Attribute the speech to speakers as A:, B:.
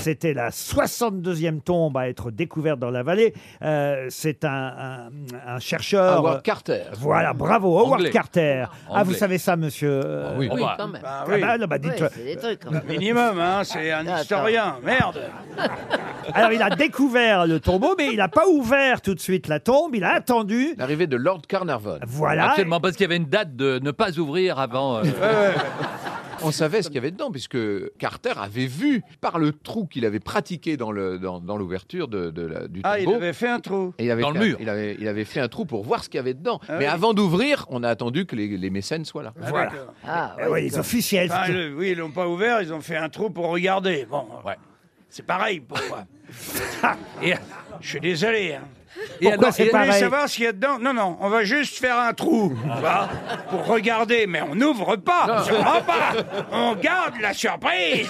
A: C'était la 62e tombe à être découverte dans la vallée. Euh, c'est un, un- un chercheur.
B: Howard Carter.
A: Voilà, bravo, Howard
B: Anglais.
A: Carter. Ah, vous
B: Anglais.
A: savez ça, monsieur euh,
B: oui. Oui,
A: bah,
B: quand même.
A: ah
C: Bah oui.
A: bah, non, bah, dites-
C: Ouais, c'est des trucs, quand même.
A: Minimum, hein,
C: c'est un
A: Attends.
C: historien, merde
A: Alors, il a découvert le tombeau, mais il n'a pas ouvert tout de suite la tombe. Il a attendu.
D: L'arrivée de Lord Carnarvon.
A: Voilà.
D: Absolument, parce qu'il y avait une date de ne pas ouvrir avant. euh,
B: On savait ce qu'il y avait dedans, puisque Carter avait vu par le trou qu'il avait pratiqué dans l'ouverture dans, dans l'ouverture de, de la- du tombeau.
C: Ah, il avait fait un trou.
B: Et il avait
D: Dans le
B: fait un-
D: mur.
B: Il avait, il avait fait un trou pour voir ce qu'il y avait dedans.
C: Ah
B: Mais
C: oui.
B: avant d'ouvrir, on a attendu que les, les mécènes soient là.
C: Ah,
A: Voilà.
C: d'accord.
A: Eh oui, les officiels.
C: Ah, le- oui, ils l'ont pas ouvert, ils ont fait un trou pour regarder. Bon, c'est pareil pour moi. euh,
D: Et-
C: Je suis désolé. hein.
D: Et alors-
C: Vous
D: et-
C: voulez savoir ce qu'il y a dedans Non, non, on va juste faire un trou, tu vois, pour regarder, mais on n'ouvre pas, on se rend pas, on garde la surprise.